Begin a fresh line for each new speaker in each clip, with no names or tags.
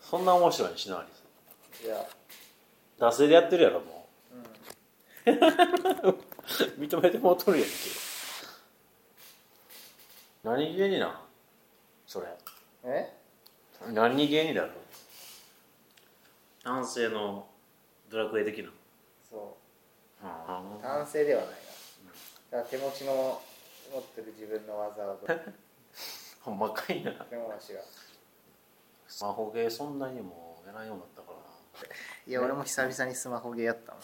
そんな面白いにしないです
いや、
惰性でやってるやろも
うん、
う認めてもうとるやんけ何気になんそれ
え
何気にだろ男性のドラクエ的な
そ
あ
う男性ではないなだから手持ちの持ってる自分の技をどう
ほんまかいな
手回しが
スマホゲーそんなにもやらんようになったか
いや俺も久々にスマホゲーやったもん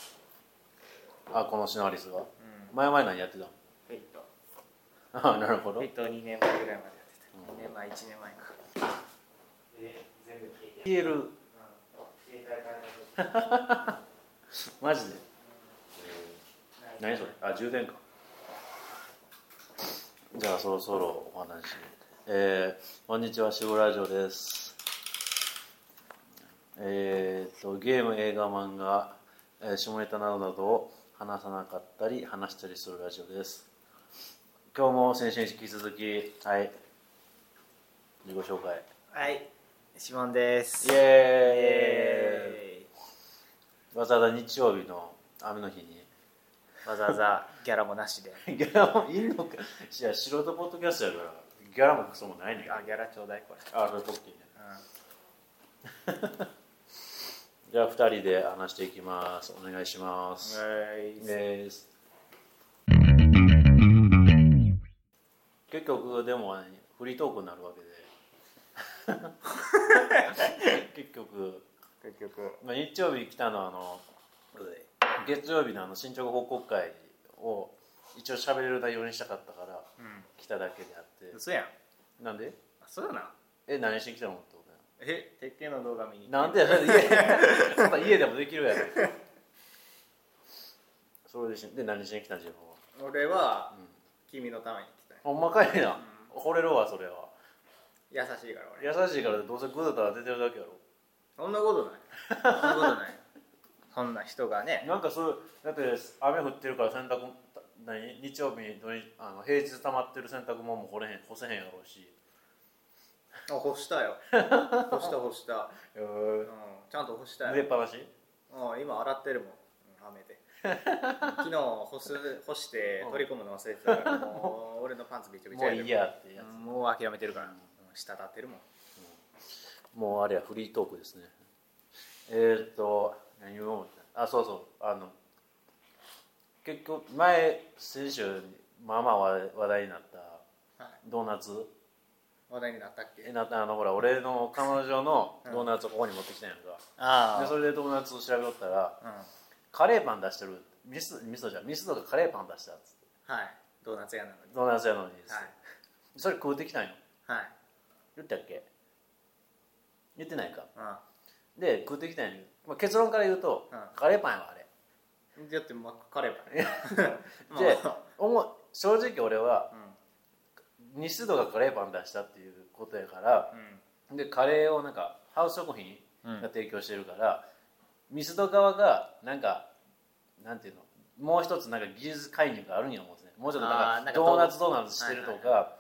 らなあこのシナリスは
う
前々何やってたの
んフェイト
ああなるほど
フェイト2年前ぐらいまでやって
う
た
ん
2年前1年前かで全部消えて
消える
うん携帯からやる
マジで
と
何それあ充電かじゃあそろそろお話えー、こんにちは渋ラジオですえー、っとゲーム映画漫画、えー下ネタなどなどを話さなかったり話したりするラジオです今日も先週に引き続きはい自己紹介
はいシモンです
イエーイわざわざ日曜日の雨の日に
ーイわざわざギャラもなしで
ギャラもいいのかいや素人ポッドキャストやからギャラもクソもないねん
あ
あ
ギャラちょうだいこれ
それポッキーね
う
じゃあ2人で話していきますお願いします、
ん
です結局でもフリートークになるわ けで結局、
結局
まあ、日曜日来たのはあの月曜日のあの進捗報告会を一応喋れる内容にしたかったから
うん
来ただけであって
嘘やん
なんで
あそうな
え何してきたのってことや
え鉄拳の動画見に
なんでやそん な家でもできるやろそれでしで何しに来たん自分は、
俺は
うん、
君のために来たよ
ほんまかいな惚れるわそれは
優しいから俺
優しいからどうせグズたら出てるだけやろ
そんなことないそんなことないそんな人がね
なんかそうだって雨降ってるから洗濯た何日曜日に土日あの平日溜まってる洗濯物も干れへん干せへんやろうし
あ干したよ干した干した、
へ
うん、ちゃんと干した
濡れっ
よ、
ぱなし
うん、今洗ってるもん、うん、はめ て昨日干す干して取り込むの忘れてたからもう俺のパンツびちょびちょ
もういいやってや
う
つ、
んもう諦めてるから、うん、滴ってるもん
もうあれやフリートークですねえー、っと何を思ったあそうそうあの結局前先週にまあまあ話話題になった
はい
ドーナツ
話題になったっ
え
け
なあのほら俺の彼女のドーナツをここに持ってきたんやんか、
あ
でそれでドーナツを調べとったら
うん
カレーパン出してるミスミスじゃんミスとかカレーパン出したっつって
はいドーナツ屋なのに
ドーナツやのに、
はい
それ食うてきたんよ
はい
言ったっけ言ってないか
う
で食ってきたんやけど、まあ、結論から言うと、
うん
カレーパンはあれ
んだってまあカレーパン ね
で
まあ
思う正直俺は
うん
西戸がカレーパン出したっていうことやから
うん
でカレーをなんかハウス食品
うん
が提供してるから、ミスド側がなんかなんていうのもう一つなんか技術介入があるんや思うんですねもうちょっとなんか
あーなんか
ドーナツドーナツしてると
はい
か、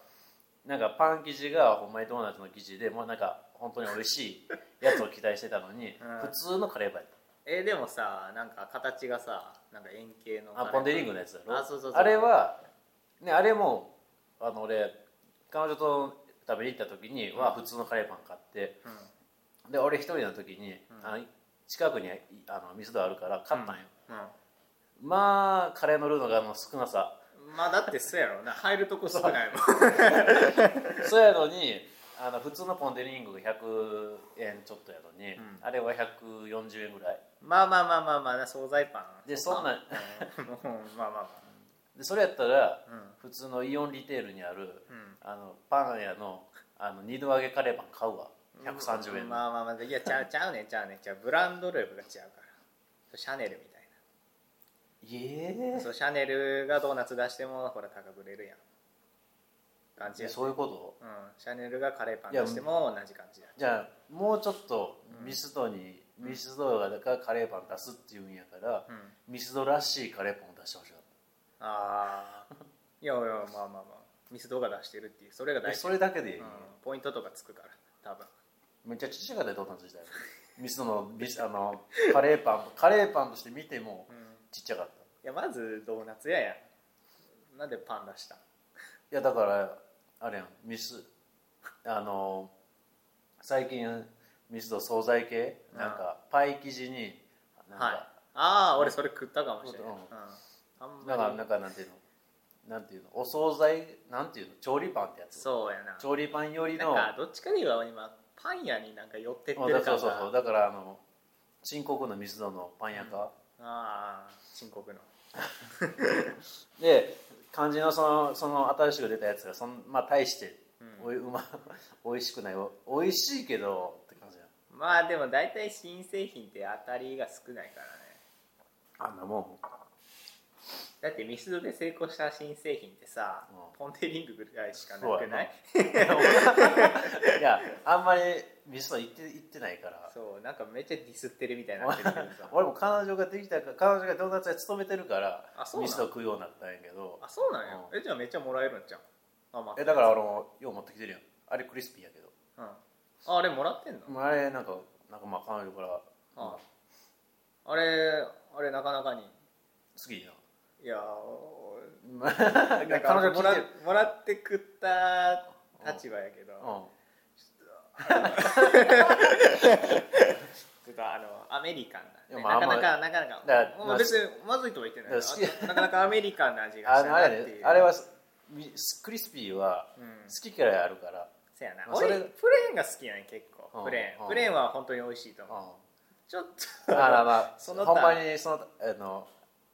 なんかパン生地がほんまにドーナツの生地でもうなんか本当に美味しいやつを期待してたのに、
うん
普通のカレーパンやった
えーでもさなんか形がさなんか円形の
あポンデリン
グ
グのやつだろ
あそうそうそう
れは、ね、あれもあの俺彼女と食べに行った時には普通のカレーパン買って
うん
で俺一人の時に、
うん
あの近くにあのミスドあるから買ったんよ、
う
まあカレーのルーのがの少な さ
んまあだってそうや ろな入るとこ少ないもん
そうやのにあの普通のポン・デ・リングが100円ちょっとやのに、
うん
あれは140円ぐらい
まあまあまあまあまあ惣菜パン
でそんな
うんうんまあまあ
でそれやったら
ま
普通のイオンリテールにある
あうん
あのパン屋のあの二度揚げカレーパン買うわ
うん
130円の
まあまあまあいやちゃうちゃうねちゃうねちゃうブランド力が違うからシャネルみたい
いえ
なそうシャネルがドーナツ出してもほら高ぶれるやん感じ
え
や
そういうこと
うん、シャネルがカレーパン
いや
出しても同じ感じや
じゃあもうちょっと
うん
ミスドに、ミスドがカレーパン出すっていうんやから、
うん
ミスドらしいカレーパンを出してほしかっ
ああいやいやまあまあまあミス動画出してるっていうそれが
た
大
え
事
それだけでいい、
うんポイントとかつくから多分
めっちゃ父が出とったんですよミスドのミスあのカレーパンカレーパンとして見ても
うん
ちっちゃかった
いやまずドーナツ屋やんなんでパン出したん
いやだからあれやんミスあの最近ミスド惣菜系なんかパイ生地になんか、
はいああ俺それ食ったかもしれない、
う
うんん、あん
だ
ま
から
り
なんかなんていうのなんていうのお惣菜なんていうの調理パンってやつ
そうやな
調理パン寄りの
なんかどっちかで言えば今パン屋になんか寄ってって
あだ
る
そう
感が
そうそうだからあの新国のミスドのパン屋か、
ああ深刻の
で肝心のそのその新しく出たやつがそんまあ大しておい,、うま おいしくないおおいしいけどって感じやん
まあでも大体新製品って当たりが少ないからね
あんなもん
だってミスドで成功した新製品ってさ、
うん
ポン・デ・リングぐらいしかな
そう
く
やな
ない
いやあんまりミスド行って行ってないから
そうなんかめっちゃディスってるみたいになってる けどさ
俺も彼女ができたから彼女がドーナツ屋勤めてるから
あそうな
ミ
ん
スド食うようになったんやけど
あそうなんや、
う
えじゃあめっちゃもらえるんじゃんあ、まあ、
えだから俺もよう持ってきてるやんあれクリスピーやけど
うんああれもらってんの、
まああれなんかなんかまあ彼女から
ああれあれなかなかに
好きや
いやお
ん彼
なんか
女
も
も
ら
ら
もらって食った立場やけど、
うん
ちょっとあのアメリカン
い
な、
やま
ね
あ
なかな
あ
かなかなか
だから
もう
まあ
別にまずいとは言ってない
だから好
あなかなかアメリカンな味が
あ
した
のあ
なっ
れ
て
や
い
で
う
あれはみクリスピーは
うん
好き嫌いあるから、
せやな
まあ
俺
それ
プレーンが好きやねん結
うん
構プレー
う
ン
ん
プレーンは本当に美味しいと
う
思うんちょっ
だ
と
からまあ
その他
ほんまにそのあの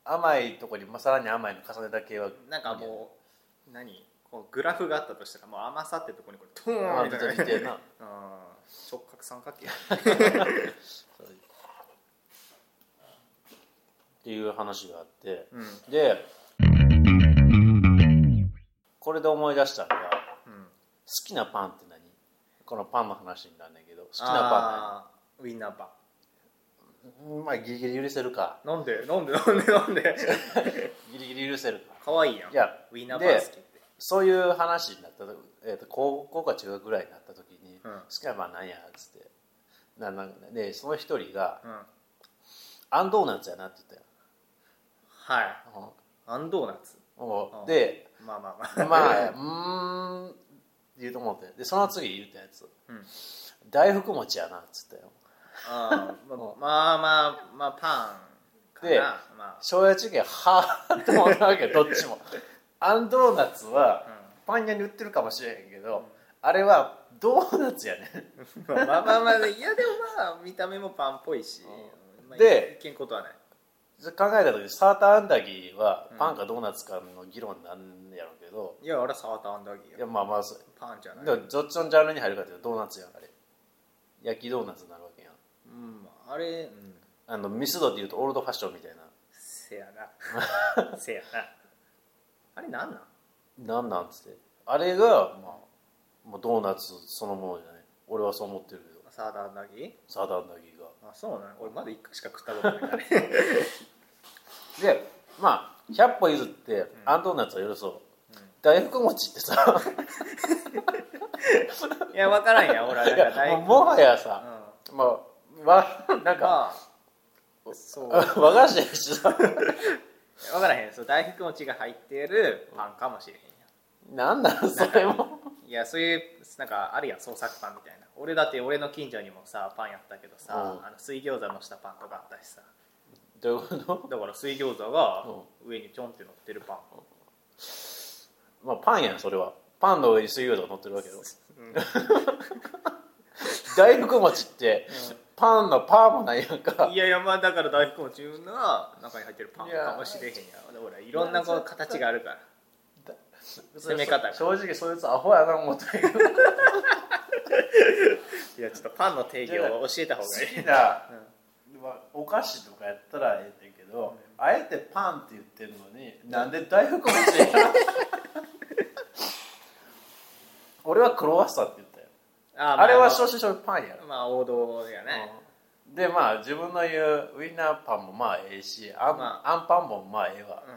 甘いとこにまあさらに甘いの重ねた系は
なんかもう何こうグラフがあったとしたらもう甘さってとこにこれト
う
ー
ん
ンみた
ちょっ
い
と
な
似てる な
うん直角三角 形
そうっていう話があって
うんうん
でこれで思い出したのが好きなパンって何このパンの話になんねんけど好きなパ
あーウインナーパ
ン何うんまあギリギリ許せるか
ンなんでなんでなんでな んで
ギリギリ許せるか
可愛いやん
いや
ウインナーパン好きって
そういう話になったと、えー、と高校か中学ぐらいになった時に、
うん
好きなパンなんやっつってななんでその一人が
うん
「あんドーナツやな」って言っ
はい
たよ、
アンドーナツ
うんも
う
うんで
まあまあ まあ
まあうーんって言うと思ってでその次言ったやつ
うん
「大福餅やな」っつったよ
あーま
う
あまあまあパンか
で
なま
醤油チキンはあって思ったわけよどっちもあんドーナツは
あ
パン屋に売ってるかもしれへんけど、あれはドーナツやね
うんまあまあまあまあいやでもまあ見た目もパンっぽいし
うん
まあ
で
いけんことはない
考えた時にサーターアンダギーはパンかドーナツかの議論なんやろうけど、
いや俺はサーターアンダギー
いや
よ
まあまあそ
パンじゃない
でもどっちのジャンルに入るかっていうとドーナツやんあれ焼きドーナツになるわけやん
うんあれうん
あのミスドっていうとオールドファッションみたい
せや なせやなあれなんなん
ななんなんつってあれが、まあ、もうドーナツそのものじゃない俺はそう思ってるけど
サーターアンダギー
サーターアンダギーが
あそうなん俺まだ1回しか食ったことないか らね
でまあ100歩譲ってあんドーナツは許そう、大福餅ってさ
いや分からんや俺はなんか大
もう
根
もはや
う
さ、
ん
まあわなんか
まあそう
和菓子やしさ
分からへんそう大福餅が入ってるパンかもしれへんや
なんなのそれも
んいやそういうなんかあるやん創作パンみたいな俺だって俺の近所にもさパンやったけどさ、
うん
あの水餃子のしたパンとかあったしさ
どういうこと
だから水餃子が上にちょんって乗ってるパン、
まあパンやんそれはパンの上に水餃子が乗ってるわけよ
うん
大福餅ってパンのパーもないやんか
いやいやまあだから大福餅いうのは中に入ってるパンかもしれへんやんほらいろんなこう形があるから攻め方が
正直そいつアホやな思ったけど好
いやちょっとパンの定義を教えた方がいい
きなはお菓子とかやったらええねんけど、あえてパンって言ってるのになんで大福餅や 俺はクロワッサンって言ったよ
あ
あれは
し
正真正銘パンやろ
まあ王道だよね、
うんでまあ自分の言うウインナーパンもまあええしあん、
ま
あんパンもまあええわ
うん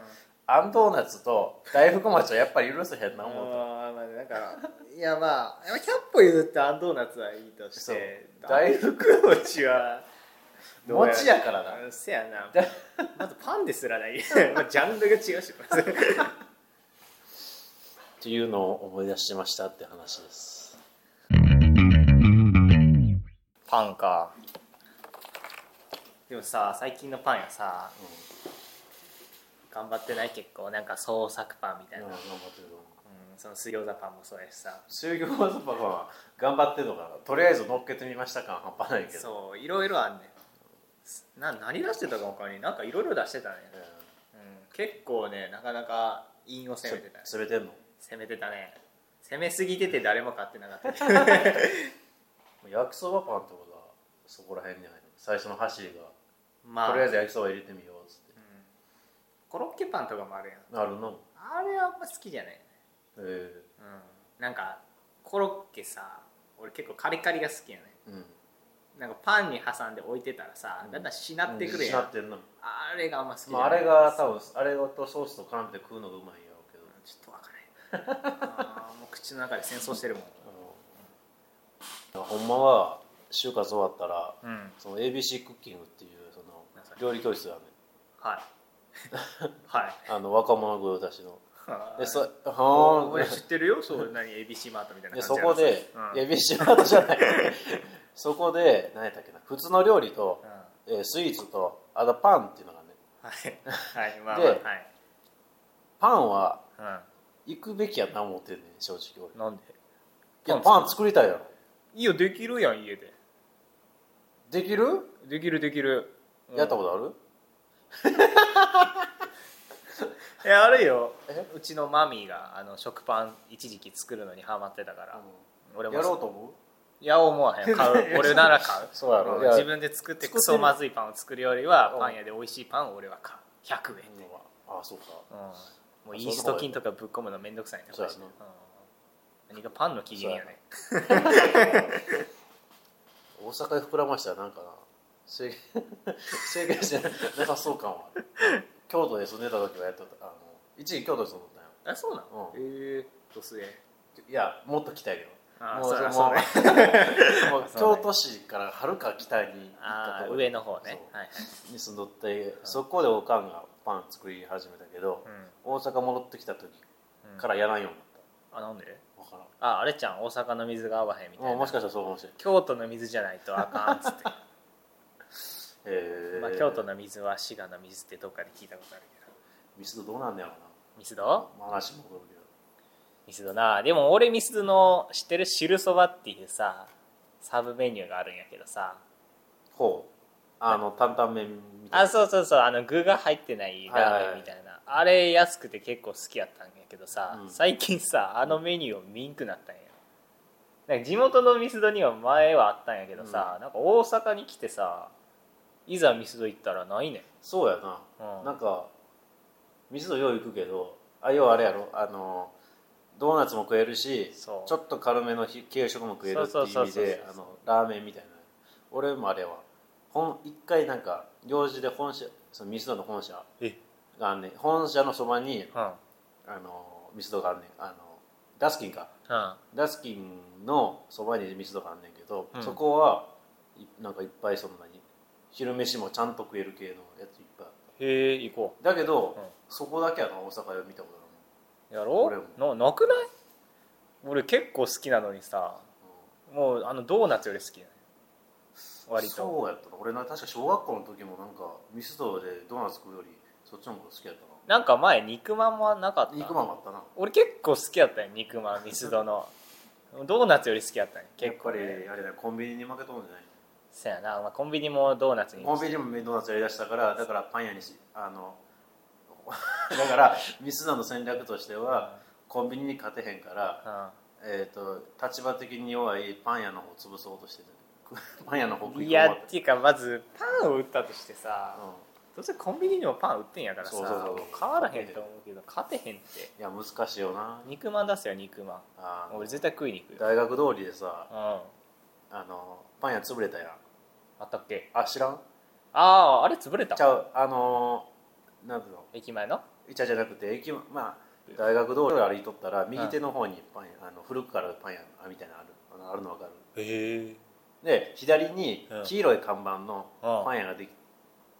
あんドーナツと大福餅はやっぱり許せへんな思う
あーまあなんかいやまあ100歩譲ってあんドーナツはいいとし
そう
て
大
福餅は
と餅やからな
うんせやな
だ
まずパンですらない まあジャンルが違う しまず
っていうのを思い出しましたって話です
パンかでもさ最近のパンやさ、頑張ってない結構なんか創作パンみたいな、うん、その水餃子パンもそうやしさ
就業パパは頑張ってんのかなとりあえず乗っけてみました感半端ないけど
そういろいろあんねんな何出してたか他になんかいろいろ出してたね、
うん
うん、結構ねなかなか韻を攻めてたね
せ攻めてんの
攻めてたね攻めすぎてて誰も買ってなかった
焼きそばパンってことはそこら辺に入る最初の走りが
まあ
とりあえず焼きそば入れてみようっつって
コロッケパンとかもあるやん
なるの
あれはあんま好きじゃないよね
え
うんなんかコロッケさ俺結構カリカリが好きやね
えうん
なんかパンに挟んで置いてたらさだんだんしなってくるやん、
なってんな、
あれがあんま好きじゃ
まあ、
ない
あれが多分あれとソースと絡めて食うのがうまいんやろうけど
ちょっと分からへんあーもう口の中で戦争してるもん
あのほんまは就活終わったら
うん
その ABC クッキングっていうその
何それ
料理教室があるね
はい はい
あの若者御用達の
はい
でそ
お
は
俺
ー
知ってるよそう何 ABC マートみたいな
で
感じ
そこで、
うん
いや ABC マートじゃない そこで何やったっけな普通の料理と
うん、は
えースイーツとあとパンっていうのがね
い はいまあまあ
で
はい
パンは
うん
行くべきやな思ってんねん正直俺
なんで
いやパン作りたいやろ
いいよできるやん家で
できる
できるできる、うん
やったことある
えあるよ
え
うちのマミーがあの食パン一時期作るのにハマってたから、俺も
やろうと思
いや思わ へん買う俺なら買う
そうやろ
ん
いや
自分で作って
作ってる
クソまずいパンを作るよりは
うん
パン屋で美味しいパンを俺は買う100円で、
うああそうか
うんもうイースト菌とかぶっ込むのめんどくさいね
そうやな
マジでうん何がパンの基準や
そうや
ね
大阪へ膨らましたらなんかな制限 制限してなさそう感は ある京都で住んでた時はやっとったあの一時期京都で住んでたんよ
あそうなの
う
ええどすえ
いやもっと北やけ
あ
ど
あそう
れ
だ
も
そうだ
もう
そ
京
うね
都市からはるか北に行った
あ
と
ー
こ
上の方ね
そう
はいはい
に住んどってそこでおかんがパン作り始めたけど、大阪戻ってきた時
うん
からやらんようになっ
あなんで
たわからん
ああれちゃん大阪の水が合わへんみた
まあ
い
も
な
しかしたらそうかもしれん
京都の水じゃないとあかんっつ って
へえ
まあ、京都の水は滋賀の水ってどっかで聞いたことあるけど
ミスドどうなんだよ
ミス
な
ド
まあ話戻るけど
ミスドなでも俺ミスドの知ってる汁そばっていうさサブメニューがあるんやけどさ
ほうあの担々麺みたい
あ
な
そうそうそうあの具が入ってないラーメンみたいな、あれ安くて結構好きやったんやけどさ、
うん
最近さあのメニューを見んくなったんやなんか地元のミスドには前はあったんやけどさ、なんか大阪に来てさいざミスド行ったらないね
そうやな、
うん
なんか水戸よう行くけどあ要はあれやろあのドーナツも食えるしち
そう
ょっと軽めのひ軽食も食えるっていう意
そう
味
そうそうそう
であのラーメンみたいな俺もあれは本一回なんか行事で本社その水戸の本社
んえ
があんねん本社のそばに
うんうん
あの水戸があんねんあのダスキンか
あ
ダスキンのそばに水戸があんねんけど、
うん
そこはいなんかいっぱいそんなに昼飯もちゃんと食える系のやついっぱいあった
へえ行こ
だけど、
うん
そこだけはな大阪で見たこと
うやろ
俺も
ななくない俺結構好きなのにさもうあのドーナツより好きやね
ない、うん、
割と
そうやったな俺な確か小学校の時もなんかミスドでドーナツ食うよりそっちの方が好きやった
なんか前肉まんもなかった
な肉まんもあったな
俺結構好きやったよ肉まんミス ドのドーナツより好きやったよ
やっ
結
ぱ
構、
り
ね、
あれだよコンビニに負けとるんじゃない
そやな、まあ、コンビニもドーナツに
コンビニもドーナツやりだしたからだからパン屋にしあ のだからミスドの戦略としてはコンビニに勝てへんから、
うん
えー、と立場的に弱いパン屋の方を潰そうとしてる パン屋の北陸も
いやっていうかまずパンを売ったとしてさ、どうせコンビニにもパン売ってんやからさ
そうそうそう
変わらへんと思うけど勝てへんって
いや難しいよな
肉まん出すよ肉まん
あの
俺絶対食いに行くよ、
大学通りでさ
うん、あ
あのパン屋潰れたやん
ったっけ
あ知らん
あああれ潰れた
ちゃうあのーなんていうの
駅前の
イチャじゃなくて駅ままあ大学通り歩いとったら右手の方にパン屋、あの古くからパン屋みたいなのあるあのあるの分かる
へえ
で左に
うん
黄色い看板の
うん
パン屋ができ、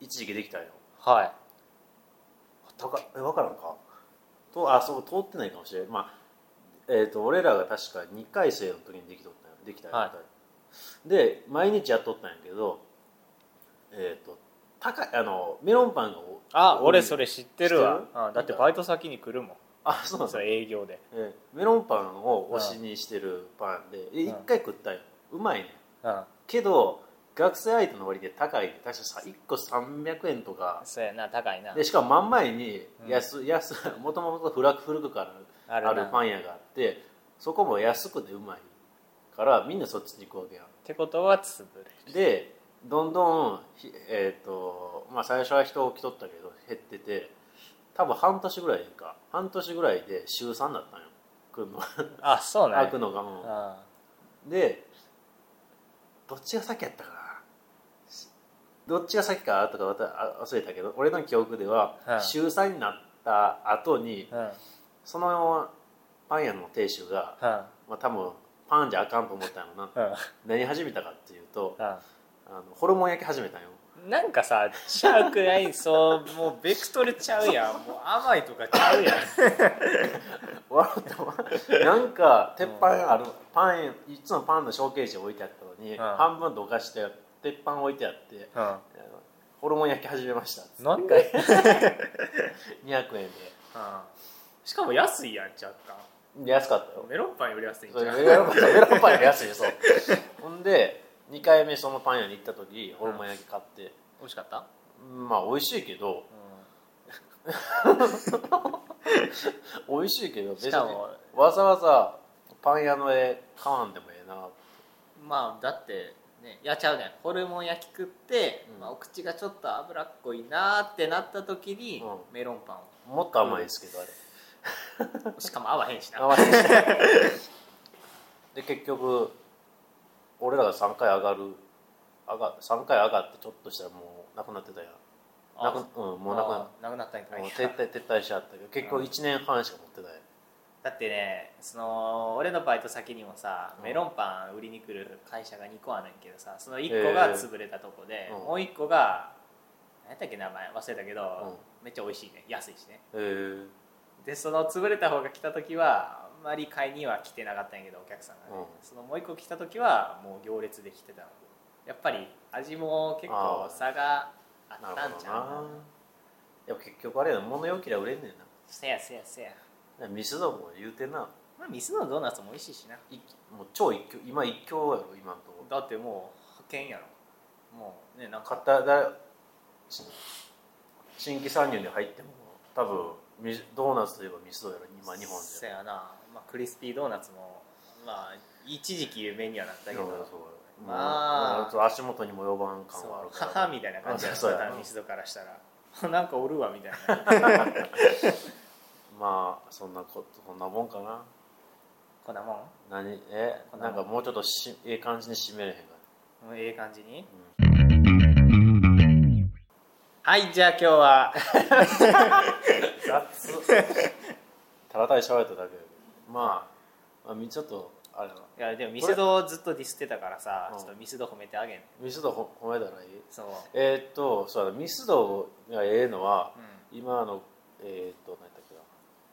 一時期できたよ
はい
わかえ分からんかとあそう通ってないかもしれないまあえっ、と俺らが確か2回生の時にできとったんよできたよ、
は
で毎日やっとったんやけどえっ、と高いあのメロンパンがお
あ
多い
俺それ知ってるわ
知ってる
うん、だってバイト先に来るもん
あそうなん
そ
だ
れ営業で
えーメロンパンを推しにしてるパンでえ
うん
一回食ったようまいね
うん
けど学生相手の割で高いね確かさ1個300円とか
そうやな高いな
でしかも真ん前に
うん
安、安 もともと古く古くから
あるな
あるパン屋があってそこも安くてうまいからみんなそっちに行くわけやん
ってことは潰れる
でどんどんひえっ、とまあ最初は人を来とったけど減ってて多分半年ぐらいでいいか半年ぐらいで週3だったんよ来るの
あそうなん
開
や
くのが
う
もうん
あ
でどっちが先やったかなしどっちが先かとかまたあ忘れたけど俺の記憶では、
はい
週3になった後に
うんうん
そのパン屋の亭主が、まあ、多分パンじゃあかんと思ったのな
うん
何始めたかっていうと
うん
あのホルモン焼き始めたんよ
なんかさちゃうくないそうもうベクトルちゃうやんもう甘いとかちゃうやん
笑ったわなんか鉄板あるパンいつもパンのショーケージ置いてあったのに、
はい
半分どかして鉄板置いてあってあのホルモン焼き始めました
な んで、
200円
しかも安いやんちゃった
でで安かったよ
メロンパンより安いん
そう
ちゃう
メロンパンメロンパンが安いよそうほんで2回目そのパン屋に行った時ホルモン焼き買って、
美味しかった、
まあ美味しいけど美味しいけど別に
しかも
わざわざパン屋の絵買わんでもええな
まあだってねやっちゃうねんホルモン焼き食って、
うん
まあ、お口がちょっと脂っこいなーってなった時に、
う
メロンパン
もっと甘いですけど、あれ
をしかも合わへんし な
甘いですで結局俺らが3回上がる上が3回上がってちょっとしたらもうなくなってたやんな
あ
くうんもうなくなっ
あなくなったんや
もう撤退撤退しちゃったけど結局1年半しか持ってない
だってねその俺のバイト先にもさ
うん
メロンパン売りに来る会社が2個あるんやけどさその1個が潰れたとこで、
えーうん
もう1個が何やったっけ名前忘れたけど、
う
めっちゃ美味しいね安いしね
へえ
でその潰れた方が来た時はあんまり買いには来てなかったんやけどお客さんがね、
うん
そのもう1個来た時はもう行列で来てたのやっぱり味も結構差があ
な
った
る
ん
ほ
ち
ど
ゃうか
な
な
やっぱ結局あれやな物よけりゃ売れんねんな
せやせやせや
だからミスドも言うてな
まあミスのドーナツも美味しいしない
もう超一強今一強やろ今のとこ
だってもう派遣やろもうねなん
買
か
っただし新規参入に入っても多分ミスドーナツといえばミスドやろ今日本
そ
で
やな、まあ、クリスピードーナツもまあ一時期有名にはなったけど
そうや
まあ
まあ足元にも及ばん
そ
感
う
はあるから
母みたいな感じだ
あ
った
そうや
から
な
西戸からしたら なんかおるわみたいな
まあそんなことこんなもんかな
こんなもんも
何え
こん
な
なも
ん
ん
かもうちょっとしええ感じに締めれへんか
うええ感じに、
う
はいじゃあ今日 は
な雑 ただ単に喋っただけやけどまあ、まあみ、ちょっとあれやない
やでもミスドをずっとディスってたからさ
うん
ちょっとミスド褒めてあげんね
ミスドほ褒めたらいい
そう、
えーっとそうだミスドがええのは
うん
今あのえーっと何だっけな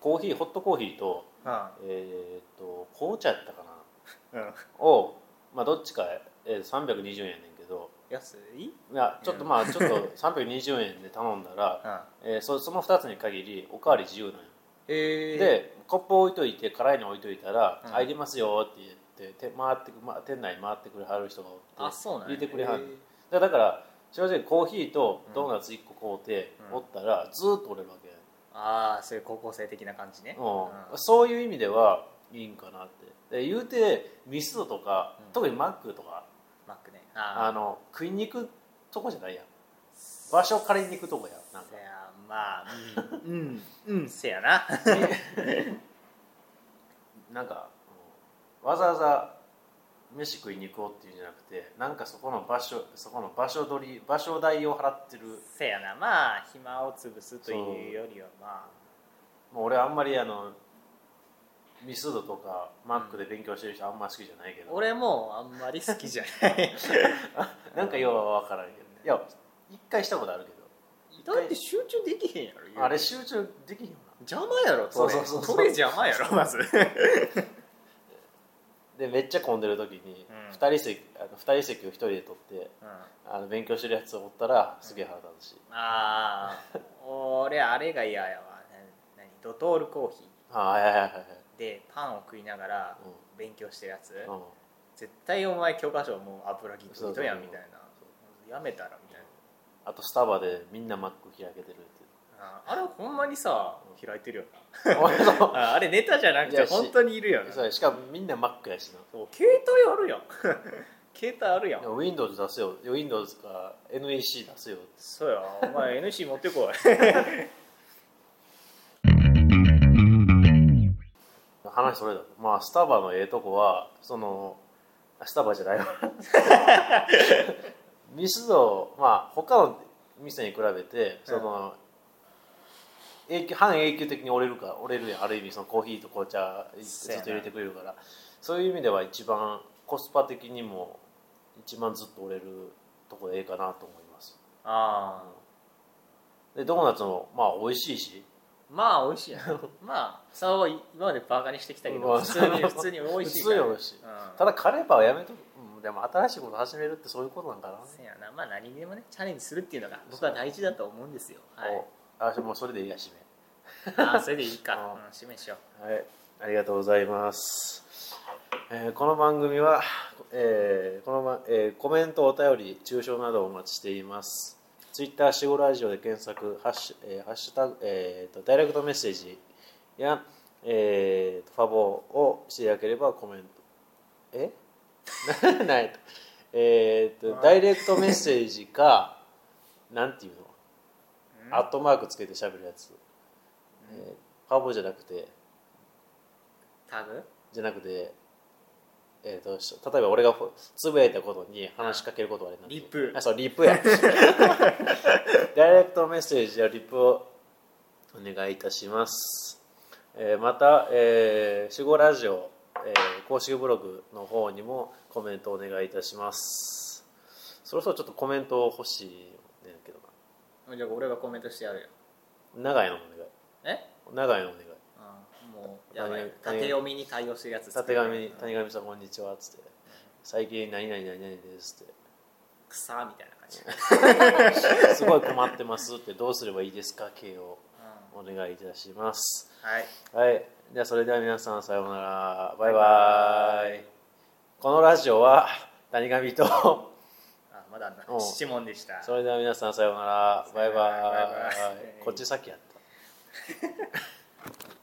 コーヒーホットコーヒーと
う
えーっと紅茶やったかなん
うん、
をまあどっちか、えー、320円やねんけど
安い、うん、
いやちょっとまあちょっと320円で頼んだら、えーそその2つに限りおかわり自由なんよ
えー、
でコップ置いといて辛いの置いといたら
う
「
ん
入りますよ」って言ってて回ってく、ま、店内回ってくれはる人がおって
あそうなん
入れてくれはんねん
ん
だだから正直コーヒーとドーナツ1個買うて、
うん
おったらずーっと折れるわけ、
ああそういう高校生的な感じね
うん
うん
そういう意味ではいいんかなってで言うてミスドとか、
うん
特にマックとか
マックね
あ
あ
の食いに行くとこじゃないやん場所借りに行くとこやなんか
せやまあうんうん、うん、せやな
なんかうんわざわざ飯食いに行こうっていうんじゃなくてなんかそこの場所そこの場所取り場所代を払ってる
せやなまあ暇を潰すというよりはま
もう俺あんまりあのミスドとかマックで勉強してる人あんま好きじゃないけ
あ
ど、
俺もあんまり好きじゃない
なんかようは分からんけどいや一回したことあるけ
だって集中できへんやろ
どあれ集中できへんよな
邪魔やろトレ
そうそうそうそう
トレ邪魔やろ まず
でめっちゃ混んでる時に
うん
二人席あの二人席を一人で取って
うん
あの勉強してるやつをおったらすげえ腹立つし、
ああ俺あれが嫌やわな何ドトールコーヒ
ああいやいやいやいや
ーでパンを食いながら
う
勉強してるやつ、
うん
絶対お前教科書もう油ぎっとりとやんみ
そう
た
そう
いなやめたらみたい
あとスタバでみんなマック開けてるっ
なああれほんまにさ開いてるよ
て俺の
なああれネタじゃなく
い
て
やし
本当にいるよな
そう
そう
やしかもみんなマックやしな
携帯あるやん 携帯あるやん
いや Windows 出せよ Windows か NEC 出せよ
そうやお前 NC 持ってこい
話それだまあスタバのええとこはそのあスタバじゃ ないわミスドまあ他の店に比べてその、永久半永久的に折れるか折れるやんある意味そのコーヒーと紅茶ず
そうや
っ
な
と入れてくれるからそういう意味では一番コスパ的にも一番ずっと折れるとこでええかなと思います
ああ
でドーナツもまあ美味しいし
まあ美味しいや んまあさを今までバカにしてきたけ
ま
ど
あ
普通に普通に美味しいから
普通に美味しい
うん
ただカレーパンはやめとくうんでも新しいこと始めるってそういうことなんかな
せやなまあ何にでもねチャレンジするっていうのが僕は大事だと思うんですよは
お
い
あもうそれでいいや締
ああそれでいいか
うん
うん示しよう
めはいありがとうございます、えーこの番組は、えーこのまえーコメントお便り抽象などをお待ちしていますツイッターしごラジオで検索ハッシュ、えーハッシュタグ、えーとダイレクトメッセージや、えーとファボをしていただければコメントえ なないえーとダイレクトメッセージかなんていうのアットマークつけて喋るやつ、えー、パボじゃなくて
タグ
じゃなくてえー、とし例えば俺がほつぶやいたことに話しかけることはあれなんていう
リプ
あそうリプ やダイレクトメッセージやリプをお願いいたします、えーまた「えー、守護ラジオ、えー公式ブログの方にもコメントお願いいたしますそろそろちょっとコメント欲しいねんけど
じゃあ俺がコメントしてやるよ
な長いのお願い
え
長いのお願い
うんもうやばい
谷
縦読みに対応してるやつ
たてがみ
く
谷上さんこんにちはっつって最近何々何々ですっ
草みたいな感じ、うん、
てすごい困ってますってどうすればいいですか系をお願いいたします
はい
はいではそれでは皆さんさようならバイバイこのラジオは谷上と
あまだあんな
うん
質問でした
それでは皆さんさようならバイ
バ
バ
イバイ
イこっち先やった